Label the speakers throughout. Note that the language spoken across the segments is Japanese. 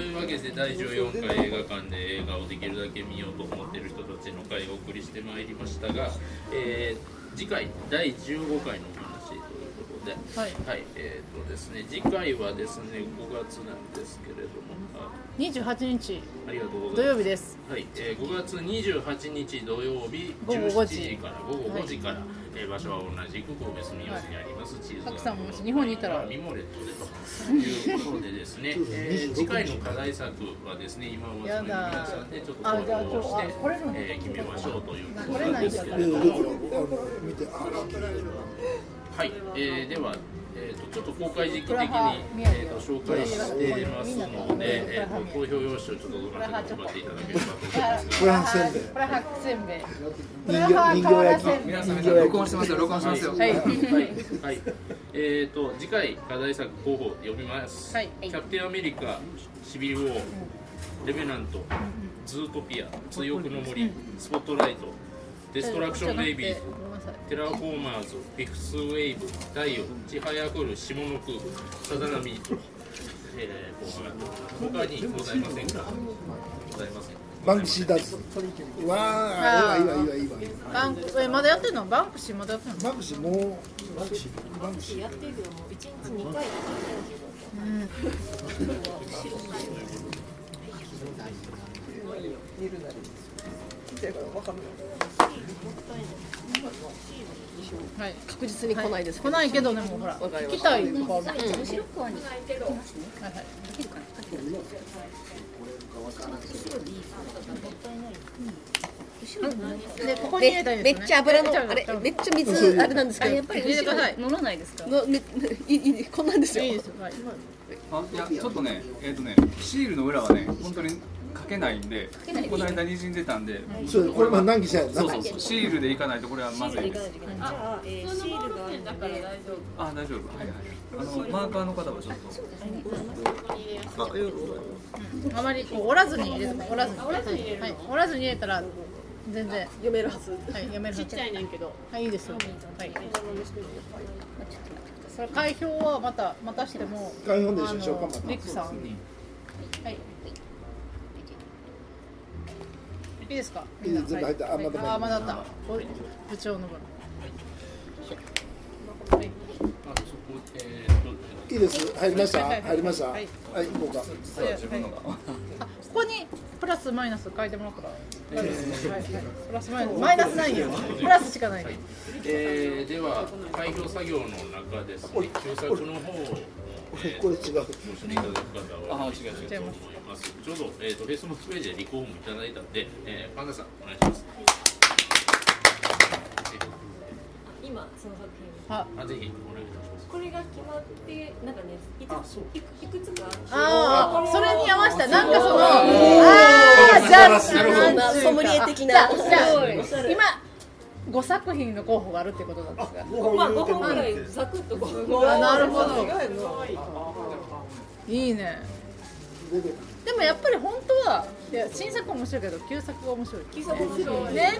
Speaker 1: 第14回映画館で映画をできるだけ見ようと思っている人たちの会をお送りしてまいりましたが、えー次回第15回のお話ということで、
Speaker 2: はい
Speaker 1: えーとですね、次回はですね5月なんですけれども、
Speaker 2: 28日
Speaker 1: あありがとうご
Speaker 2: 土
Speaker 1: ざい
Speaker 2: 曜
Speaker 1: ま
Speaker 2: 日
Speaker 1: す。
Speaker 2: です
Speaker 1: はい、えー、5月28日土曜日
Speaker 2: 午後
Speaker 1: 17
Speaker 2: 5時
Speaker 1: 時から午後5時から、えー場所は同じく神戸住吉にあります、チーズ
Speaker 2: 白さんももし日本にいたら
Speaker 1: ミモレットでということでです ね、えー次回の課題作はですね今お集めの皆さんでちょっと
Speaker 2: やだ
Speaker 1: 投稿し
Speaker 2: あじゃあ
Speaker 1: て
Speaker 2: 今日あこれの、
Speaker 1: えー、決めましょうということ
Speaker 2: これ
Speaker 1: な
Speaker 2: なんん
Speaker 1: で
Speaker 2: ですす
Speaker 1: け
Speaker 2: か
Speaker 1: れ
Speaker 3: え
Speaker 1: ど
Speaker 3: ー
Speaker 1: も
Speaker 3: だから、あの見て、あ、
Speaker 1: はい、えー、では、えー、とちょっと公開時期的
Speaker 2: プラ
Speaker 1: に
Speaker 2: ハ、宮城
Speaker 1: えー、と紹介していますので、えー、と投票用紙をちょっとどなたかに配っていただければと思いますが。
Speaker 3: フランスせんべい
Speaker 2: プラハせんべいプラ
Speaker 3: 人形
Speaker 2: ハ
Speaker 3: 人
Speaker 2: 瓦
Speaker 3: 形焼き
Speaker 2: せんべい
Speaker 4: 皆さん皆さん録音してますよ録音してますよ、
Speaker 2: はい
Speaker 1: はい、はい、えっ、ー、と、次回課題作候補読みます。
Speaker 2: はい
Speaker 1: キャプテンアメリカ、シビルウォー、レベナント、ズートピア、通翼の森、スポットライト、デストラクションベイビーズ。
Speaker 2: ごめんなさい
Speaker 1: テラフォーマーズ、フィクスウェイブ、太陽、ちはやふる、下の句、さざ波、えー、こう他にございませんかございません
Speaker 3: バンクシーだつ。わあ、いいわ、いいわ、いいわ、いいわ。
Speaker 2: バンクえまだやってんのバンクシーまだやってんの
Speaker 3: バンクシー、もう。バンクシー、バンクシー。
Speaker 5: やってるよ、もう一日二回で
Speaker 2: はい
Speaker 6: 確実に来ないです
Speaker 2: 来ないけどねもうほら聞きたいとかあるはい
Speaker 5: 後ろ側に
Speaker 2: はいでここに入れたいんで
Speaker 6: めっ
Speaker 2: すね
Speaker 6: ちゃ油の
Speaker 2: めっ
Speaker 6: あれ
Speaker 2: ちゃ油
Speaker 6: めっちゃ水あれなんですけど
Speaker 2: 入れてください
Speaker 5: 乗らないですか
Speaker 6: のめいいいいこんなんですよ
Speaker 2: いいですよはい
Speaker 4: あいやちょっとねえっ、とねシールの裏はね本当に書けないんでこの間にじんでたんで、
Speaker 3: そう、これ、まあ、難儀したやつな
Speaker 4: そうそうそうシールでいかないとこれはまずいです
Speaker 5: じゃあ、えー、シールがあるので
Speaker 4: あ大丈夫はいはいあのマーカーの方はちょっと
Speaker 2: あまりこう折らずに入れて折らずに折らずに入れるはい折らずに入れたら全然
Speaker 6: 読めるはず
Speaker 2: はいやめるちっちゃいねんけどはいいいですよはいそれ開票はまたまたしても
Speaker 3: 開票でしょ
Speaker 2: あの
Speaker 3: 召喚また
Speaker 2: リクさんはいいいですかみんない
Speaker 3: い全部入ったあまだ
Speaker 2: はいあまだあったお部長の
Speaker 1: あ
Speaker 2: 分
Speaker 1: そこえー、と
Speaker 3: いいです。入りました。入りました。は
Speaker 2: はいい、
Speaker 3: 行こうか。
Speaker 2: そうやはいあここにプラスマイナス書いてもらったら大丈夫ですはいはいプラスマイナスマイナスないよプラスしかないの
Speaker 1: えー、では開票作業の中ですね旧作の方をえー
Speaker 3: これ違う。
Speaker 1: ご一緒にいただく方は
Speaker 4: あ違う違う
Speaker 1: と思いますちょうど、えー、とフェイスブックページでリコームいただいたんで、えー、パンダさんお願いします
Speaker 5: 今、その作品
Speaker 2: あ
Speaker 1: あぜひお願いいたします
Speaker 5: これが決まって、なんかね、いくいくいくつか
Speaker 2: ああ、それに合わせた、なんかその、ああ、じゃあ、なんていうか
Speaker 6: ソムリエ的な
Speaker 2: じゃあ、今、五作品の候補があるってことなんですが。
Speaker 5: まあ、5本ぐらいザクッとこう
Speaker 2: あなるほど。いいね。でもやっぱり本当はいや新作面白いけど旧作が面白い。旧作面白いね。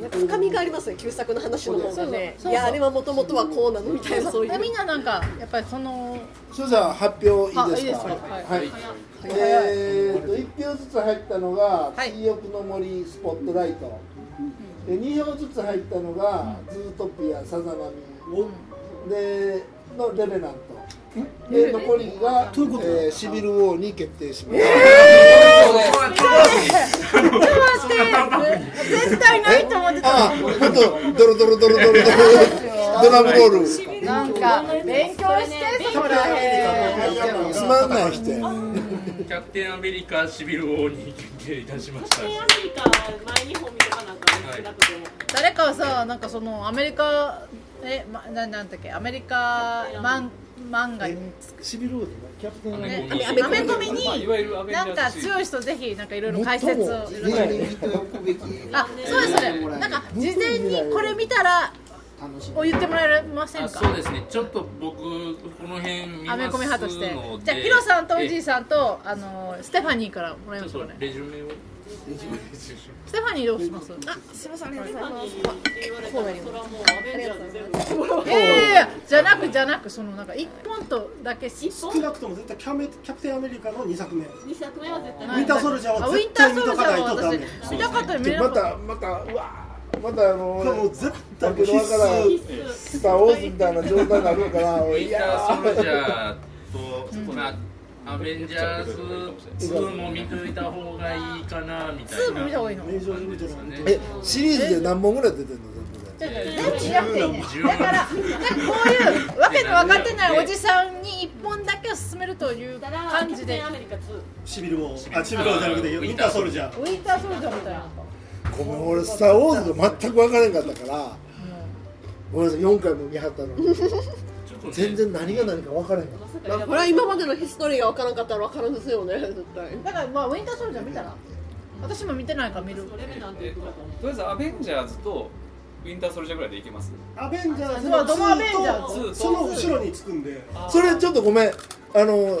Speaker 6: なんか深みがありますね旧作の話の方がね
Speaker 2: そうそう
Speaker 6: いやあれはもともとはこうなのみたいなそういう
Speaker 2: でみんななんかやっぱりその
Speaker 3: それじゃあ発表いい
Speaker 2: あいい
Speaker 3: で
Speaker 2: ですす
Speaker 3: か。
Speaker 2: かはい
Speaker 3: はい。えーと1票ずつ入ったのが「
Speaker 2: はい
Speaker 3: 水翼の森スポットライト」で2票ずつ入ったのが「ズートピアさざ波」での「レベナント」で残りがえー「シビル王」に決定しました
Speaker 2: 待って絶対ないと思ってた。
Speaker 3: ああ本当ドロドロドロドロドロドラムロー ル
Speaker 2: なんか勉強してそこらへん。
Speaker 3: つまんない人や
Speaker 1: キャプテンアメリカシビル王に決定いたしました
Speaker 7: アメリカ前に本見とかなんか少なくても、
Speaker 2: 誰かはさなんかそのアメリカえまななんだっけアメリカマン漫画に
Speaker 3: シビル王ってキャプテン
Speaker 1: ア
Speaker 3: ア
Speaker 1: メ
Speaker 2: ね
Speaker 1: コミ
Speaker 2: アメコミ
Speaker 4: まあいわゆ
Speaker 2: に
Speaker 4: るアベンジャ
Speaker 2: なんか
Speaker 4: ーズシール
Speaker 2: 強い人ぜひなんかいろいろ解説を
Speaker 3: 最も
Speaker 2: いろいろ
Speaker 8: 楽
Speaker 2: あそうですそれなんか事前にこれ見たら
Speaker 8: し
Speaker 2: を言ってもらえません
Speaker 1: あ
Speaker 2: か
Speaker 1: そうですねちょっと僕この辺見ますので
Speaker 2: アメコミ派としてじゃあヒロさんとおじいさんとあのステファニーからもら
Speaker 1: え
Speaker 2: い
Speaker 1: ちょ
Speaker 2: ま
Speaker 1: っと
Speaker 2: しょうね
Speaker 1: レジュメを
Speaker 2: ステファニーどうします
Speaker 6: あ、すみません、ありがとうございます。
Speaker 7: って言われたらそれはもうアベンジャーズ全部
Speaker 2: いやいやいやじゃなくじゃなくそのなんか一本とだけし
Speaker 9: 少なくとも絶対キャメキャプテンアメリカの2作目ウ
Speaker 7: 2作目は絶対
Speaker 9: ィンターソルジャー
Speaker 2: あ
Speaker 9: は
Speaker 2: ウィン
Speaker 9: 絶
Speaker 2: ター
Speaker 9: 対
Speaker 2: ソル
Speaker 9: 見と
Speaker 2: ジャ
Speaker 9: かない
Speaker 2: ー
Speaker 9: とダ
Speaker 2: は
Speaker 9: メ
Speaker 2: 私見たかったら見れな
Speaker 3: ま
Speaker 2: かった
Speaker 3: たまたうわーまたあの
Speaker 9: これもう絶対必
Speaker 3: わからん
Speaker 9: 須
Speaker 7: 必須
Speaker 3: スター・ウォーズみたいな状態になるのか
Speaker 1: ウ
Speaker 3: な
Speaker 1: ィ
Speaker 3: い
Speaker 1: ンタ
Speaker 3: や
Speaker 1: ーソルジ
Speaker 3: ー
Speaker 1: ャーと、まあ、アベンジャーズ2も見といた方がいいかなみたい
Speaker 2: 2も見
Speaker 1: な
Speaker 2: た方がいいの
Speaker 9: 名称に見て
Speaker 1: 感じで
Speaker 9: る
Speaker 1: すかね。
Speaker 3: えシリーズで何本ぐらい出てるの全部で
Speaker 2: 全部しなくていいねだからなんかこういうわけの分かってないおじさんに一本だけを勧めるという
Speaker 7: だから
Speaker 2: 感
Speaker 7: キャ
Speaker 2: じ
Speaker 7: プテ
Speaker 2: で
Speaker 7: ンアメリカ2
Speaker 9: シビルもあシビルもじゃなくてウィンターソルジャー
Speaker 2: ウィンターソルジャーみたいな
Speaker 3: ごめん俺スター・ウォーズが全く分からへんかったからごめんなさい4回も見張ったの
Speaker 1: ちょ
Speaker 3: に
Speaker 1: っとね
Speaker 3: 全然何が何か分からへんかった
Speaker 6: まあ、これは今までのヒストリーが分からんかったら分からんですよね、絶対。
Speaker 2: だからまあウィンターソルジャー見たら私も見てないから見る
Speaker 7: それ目なんて
Speaker 4: え
Speaker 7: い
Speaker 4: っ
Speaker 7: く
Speaker 4: と
Speaker 7: らと思う
Speaker 4: とりあえずアベンジャーズとウィンターソルジャーぐらいでいけます
Speaker 9: アベンジャーズ
Speaker 2: そう
Speaker 9: の
Speaker 2: ドモアベンジャー
Speaker 9: 2
Speaker 4: ズ
Speaker 9: とその後ろにつくんで
Speaker 3: それちょっとごめんあの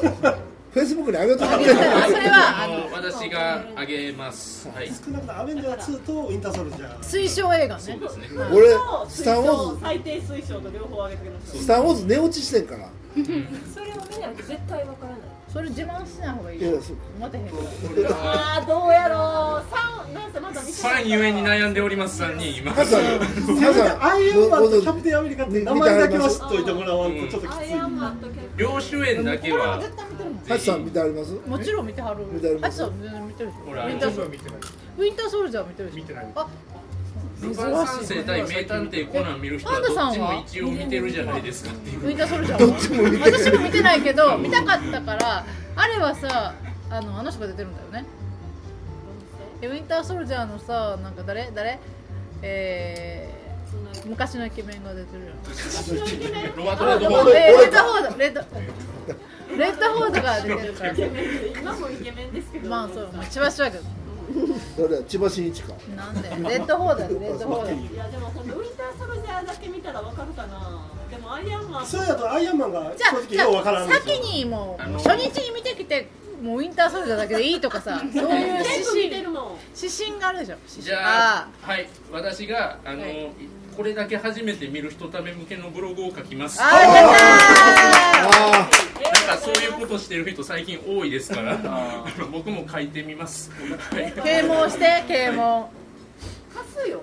Speaker 3: フェイスブックに上げとか
Speaker 2: あ
Speaker 3: っ
Speaker 2: げ
Speaker 3: て
Speaker 2: たらそれは
Speaker 1: あ
Speaker 2: あの
Speaker 1: の私があげます。はい。
Speaker 9: 少なくともアベンジャーズ2とウィンターソルジャー
Speaker 2: 推奨映画
Speaker 1: そ
Speaker 2: ね
Speaker 1: うですね。
Speaker 3: 俺
Speaker 7: と
Speaker 3: スター・ウォーズ
Speaker 7: 最低推奨と両方上げてください
Speaker 3: スター・ウォーズ寝落ちしてんから
Speaker 5: それを見ないと絶対わからない
Speaker 2: それ自慢しない方がいい
Speaker 3: いや
Speaker 2: よ
Speaker 3: そう
Speaker 2: 待てへんから
Speaker 7: あーどうやろう三なんせまだ見て
Speaker 1: フ
Speaker 7: な
Speaker 1: ァ
Speaker 7: い
Speaker 1: ンゆえに悩んでおります3人今。
Speaker 3: 母さん母
Speaker 9: せめて
Speaker 3: さん
Speaker 9: アイアンマンとキャプ
Speaker 3: ご
Speaker 9: テンアメリカって名前だけは知っといてもらわんとちょっときつ
Speaker 7: ア
Speaker 9: い
Speaker 7: イアンマンとキャプテン
Speaker 1: 両主演だけは
Speaker 2: 絶対見てるもん
Speaker 3: 母さん見てあります
Speaker 2: もちろん見てはる
Speaker 3: 見てる
Speaker 2: あちさん全然見てるでしょウ
Speaker 1: ほら
Speaker 2: ィンターソルジャーウィンターソルジャー見てるでしょあ
Speaker 1: ルパン三世対名探偵コナン見る人はどっちも一応見てるじゃないですかっていう。
Speaker 2: ウィンターソルジャーも
Speaker 3: も見てる
Speaker 2: 私も見てないけど見たかったからあれはさあのあの人が出てるんだよねえウィンターソルジャーのさなんか誰誰えー、昔のイケメンが出てるよ
Speaker 1: ロバート
Speaker 2: あ
Speaker 1: レッ
Speaker 2: で
Speaker 1: ド
Speaker 2: も
Speaker 1: フォード。
Speaker 2: えーレッドフォードレッドレッドフォードが出てるから
Speaker 7: 今もイケメンですけど
Speaker 2: まあそうまあ千葉市だけど
Speaker 3: どれ千葉真一か
Speaker 2: なんでレッドフォードやレッドフォード
Speaker 7: いやでもほんとウィンターソルジャーだけ見たらわかるかなでもアイアンマン
Speaker 9: それだとアイアンマンが
Speaker 2: じゃあ
Speaker 9: 正
Speaker 2: じゃ
Speaker 9: 直ようわからん
Speaker 2: あ
Speaker 9: でしょ
Speaker 2: 先にもう初日に見てきてもうウィンターソルジャーだけでいいとかさそういう
Speaker 7: 全部見
Speaker 2: 指
Speaker 7: て
Speaker 2: 針
Speaker 7: るもん
Speaker 2: 指針があるでしょ指針
Speaker 1: じゃあ
Speaker 2: あ
Speaker 1: はい私があの
Speaker 2: はい
Speaker 1: これだけ初めて見る人ため向けのブログを書きます。
Speaker 2: ーあーやったー
Speaker 3: あ
Speaker 1: なんかそういうことしてる人最近多いですから。あの僕も書いてみます。はい
Speaker 2: 啓蒙して啓蒙
Speaker 7: 貸すよ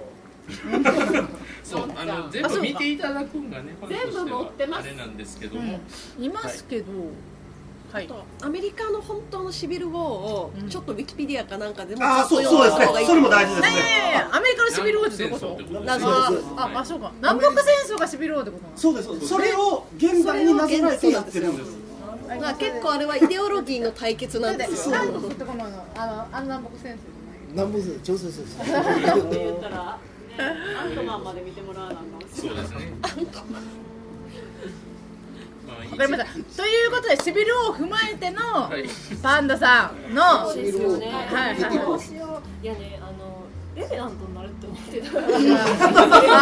Speaker 1: そうあの全
Speaker 2: あそう
Speaker 1: 部
Speaker 2: か
Speaker 1: 見ていただくんがねファンとしては
Speaker 7: 全部持ってます
Speaker 1: あれなんですけども、
Speaker 2: いますけどはい
Speaker 6: アメリカの本当のシビル・ウォーを、ちょっとウィキペディアかなんかでも、
Speaker 9: ああそうそうですねそれも大事です
Speaker 2: い
Speaker 9: ね
Speaker 2: やいやいやアメリカのシビル王子ってこ
Speaker 1: 戦争
Speaker 2: と
Speaker 1: ってこと
Speaker 9: な
Speaker 2: あ
Speaker 9: ん
Speaker 3: かそう
Speaker 1: そう
Speaker 2: ああそうか南北戦争がシビル王ってことなの
Speaker 9: そうですそうですそれを現代になぞらえてやってるんです
Speaker 6: まあ、結構あれはイデオロギーの対決なん
Speaker 2: だっ
Speaker 6: で
Speaker 2: て
Speaker 6: すよ。
Speaker 2: 韓国とかもあのあのあの南北戦争じゃない
Speaker 3: 南部線調整する
Speaker 7: って言ったら、ね、アントマンまで見てもらわなあかんかもしれ
Speaker 1: そう
Speaker 7: ない
Speaker 1: ですね。まあいい
Speaker 2: わかりました。ということで、シビル王を踏まえての
Speaker 1: はい。
Speaker 2: パンダさんの。
Speaker 5: そうですよね
Speaker 2: はい
Speaker 5: どうしよういやねあのレベラントになるって思ってた
Speaker 2: あ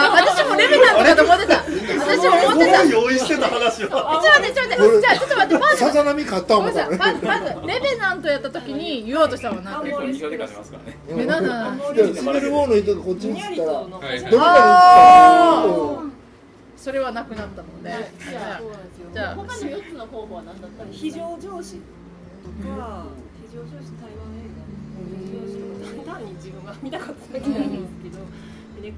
Speaker 2: 私もレベナントかと思ってた。私も思ってた。
Speaker 9: 用意してた話は
Speaker 2: ちょっと待って、ちょっと待って、じゃあ、ちょっと待って、パン
Speaker 3: さ
Speaker 2: ダ。
Speaker 3: ざ波買った
Speaker 2: ご
Speaker 3: も
Speaker 2: め
Speaker 3: ん
Speaker 2: んな
Speaker 3: だ
Speaker 2: さい、パンダ、パンダ、レベナントやった時に言おうとしたもんなん
Speaker 4: 結
Speaker 2: で。
Speaker 4: 構2票で勝ちますからね
Speaker 2: レベナントなんだ
Speaker 3: スペルウォーの人がこっちに
Speaker 5: ニヤ
Speaker 3: 来
Speaker 5: リ
Speaker 3: たら
Speaker 5: との
Speaker 1: はい
Speaker 5: 初め
Speaker 3: どこまで行くか
Speaker 2: それはなくなったので。じゃあ
Speaker 5: そうなんですよ
Speaker 2: じゃあ
Speaker 7: 他の四つの候補は何だったんです
Speaker 5: 非
Speaker 7: か
Speaker 5: 常上司とか非常上司台湾映画非常上司とか単に自分が見たかっただけなんですけどで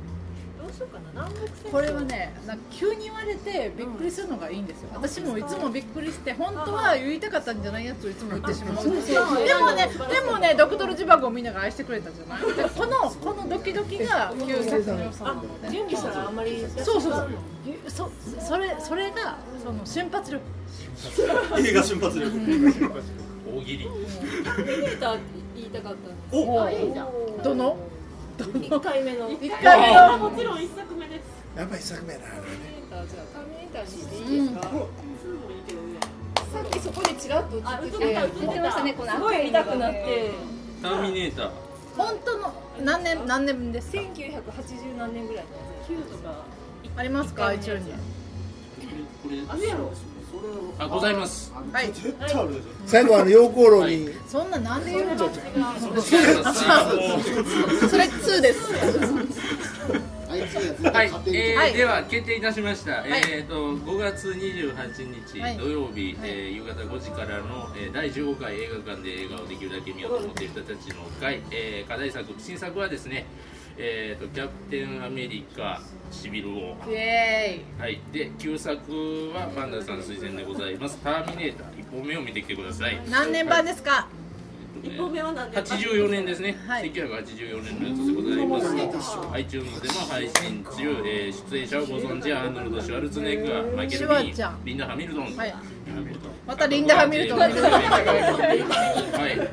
Speaker 5: どうしようかな南国戦争
Speaker 2: これはね、なんか急に言われてびっくりするのがいいんですよ。私もいつもびっくりして、本当は言いたかったんじゃないやつをいつも言ってしまう。でもね、でもね、ドクトルジバゴをみんなが愛してくれたじゃない。でこのこのドキドキが旧作の良さなので。
Speaker 5: 準備したらあんまり
Speaker 2: そうそうそう。ゆそそれそれがその瞬発力。
Speaker 9: 映画瞬発力
Speaker 1: 大喜利。
Speaker 5: レベーターって言いたかったんで
Speaker 9: お
Speaker 7: いいじゃん
Speaker 2: どの
Speaker 5: す1回目の
Speaker 2: 一
Speaker 7: これ
Speaker 2: 回
Speaker 7: は
Speaker 2: の
Speaker 7: もちろん一作目です
Speaker 3: らやっぱ一作目やな
Speaker 5: ターじゃあターミネーターにしていいですか、
Speaker 7: ツーもいいけどね
Speaker 5: さっきそこでちらっと映
Speaker 7: あ映
Speaker 5: っ
Speaker 7: ってて
Speaker 5: て
Speaker 7: た映ってたすごい痛くなって
Speaker 1: ターミネーター。
Speaker 2: 本当の何年何年ですか。
Speaker 5: 1980何年ぐらい
Speaker 7: 9とか
Speaker 2: ありますか一応に。
Speaker 1: これ
Speaker 7: あれやろ
Speaker 1: あございます
Speaker 2: はい
Speaker 9: 絶対あるでしょ
Speaker 3: 最後あの溶鉱炉に
Speaker 2: そんななんで言うんじゃん
Speaker 6: それ2です。
Speaker 8: あいつ
Speaker 1: はい、
Speaker 8: え
Speaker 1: えー
Speaker 2: はい
Speaker 1: では決定いたしました、
Speaker 2: い
Speaker 1: えっ、と5月28日、
Speaker 2: はい
Speaker 1: 土曜日、えー夕方5時からの、えー第15回映画館で映画をできるだけ見ようと思っている人たちの会、えー課題作新作はですねえーとキャプテンアメリカシビル王
Speaker 2: イエーイ
Speaker 1: はいで旧作はパンダさん推薦でございますターミネーター1本目を見てきてください
Speaker 2: 何年版ですか
Speaker 1: 一
Speaker 5: 本目は何年版
Speaker 1: 84年ですね、
Speaker 2: はい
Speaker 1: 1984年のやつでございます、iTunes でも配信中、えー出演者をご存知アーノルド・シュワルツェネッガーマイケル・ビ
Speaker 2: シュワちゃ
Speaker 1: ーン
Speaker 2: ん
Speaker 1: リンダ・ハミルトン、
Speaker 2: はいま
Speaker 1: ま
Speaker 2: たリンダハミルトンが出てくる
Speaker 1: はいえー、と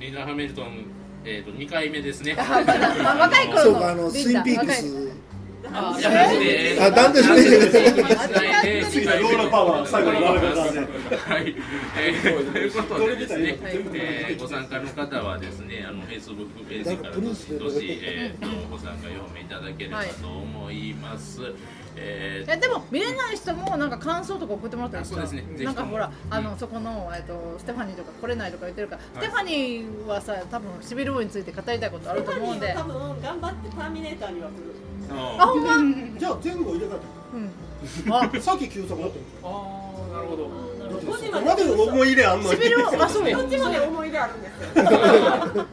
Speaker 1: リンダ・ハミルトン、えー、と2回目ですね
Speaker 2: 若い
Speaker 3: そう
Speaker 2: 頃
Speaker 3: かあの
Speaker 2: の
Speaker 3: スインピークス
Speaker 1: いやマジで
Speaker 3: あ団体じゃない
Speaker 9: ローラパワー最後に笑うからね
Speaker 1: はい、えー、ということでですね、
Speaker 2: はい
Speaker 1: えーご参加の方はですね、あの Facebook ページからどしどし、えー、とご参加表明いただければと思います。え
Speaker 2: いや
Speaker 1: ー
Speaker 2: でも見れない人もなんか感想とか送ってもらったりした
Speaker 1: あそうですねぜひ
Speaker 2: なんかほらあの、
Speaker 1: うん
Speaker 2: そこのえっとステファニーとか来れないとか言ってるから、ステファニーはさ多分シビル王について語りたいことあると思うんで
Speaker 7: 多分頑張ってターミネーターには来る
Speaker 2: あ
Speaker 1: あ
Speaker 2: ほんま、うん、
Speaker 9: じゃあ前後入れ替
Speaker 2: あ
Speaker 9: えたさっき急速だった
Speaker 1: あー、なるほど。
Speaker 7: 5時ま
Speaker 9: まだ
Speaker 7: で
Speaker 9: 思い入れあんの
Speaker 2: シ
Speaker 9: に
Speaker 2: ビル王あそう
Speaker 7: こっちもね思い出あるんですよ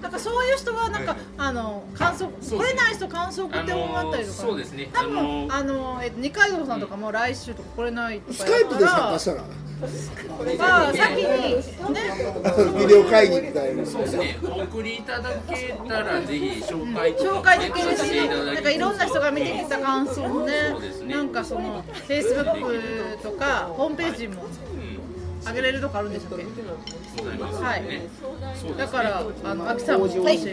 Speaker 2: だからそういう人はなんか、
Speaker 1: はい
Speaker 2: あの感
Speaker 1: そ
Speaker 2: 想、
Speaker 1: う
Speaker 2: 来
Speaker 1: ですね
Speaker 2: れない人感想送ってもらったりとか、
Speaker 1: あのーそうですね
Speaker 2: 多分
Speaker 1: あ
Speaker 2: あ
Speaker 1: の
Speaker 2: の
Speaker 1: ー
Speaker 2: えっと二階堂さんとかも来週とか来れないとか
Speaker 3: スカイプで参加したら
Speaker 2: まあ先にね
Speaker 3: ビデオ会議みたいな
Speaker 1: そうですね、お送りいただけたらぜひ紹介とか、
Speaker 2: 紹介できる
Speaker 1: させて
Speaker 2: し、
Speaker 1: ただけ
Speaker 2: な
Speaker 1: る
Speaker 2: ん
Speaker 1: と
Speaker 2: かいろんな人が見てきた感想もね
Speaker 1: そうです、ね
Speaker 2: なんかその Facebook とかホームページも
Speaker 1: うん
Speaker 2: 上げれるとこあるんでしたっけ？
Speaker 1: ございます
Speaker 2: はい
Speaker 1: ね。そうです
Speaker 2: だからあの秋さんももし、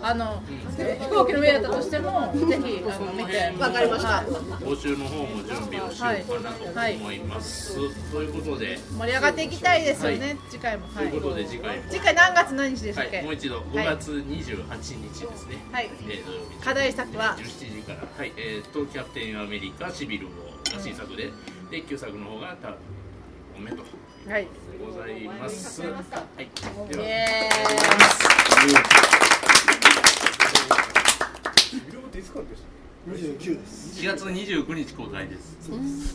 Speaker 2: あの飛行機の上やったとしてもぜひあの見て。
Speaker 1: わかりました
Speaker 2: はい
Speaker 1: 募集の方も準備をしようかなと思います。ということで、
Speaker 2: 盛り上がっていきたいですよ
Speaker 1: は
Speaker 2: ね。次回もは
Speaker 1: という
Speaker 2: い。
Speaker 1: ことで次回も、
Speaker 2: 次回何月何日でした
Speaker 1: は
Speaker 2: っけ？
Speaker 1: い、もう一度5月28日ですね。
Speaker 2: はい
Speaker 1: えー土曜日
Speaker 2: 課題作は
Speaker 1: 17時から、はい、えっ、とキャプテンアメリカシビル王が新作で、で旧作の方がたおめと
Speaker 2: はい。
Speaker 1: ございます。はい、
Speaker 2: イ
Speaker 1: では。
Speaker 2: エ
Speaker 9: 29です
Speaker 1: 4月29日公開です。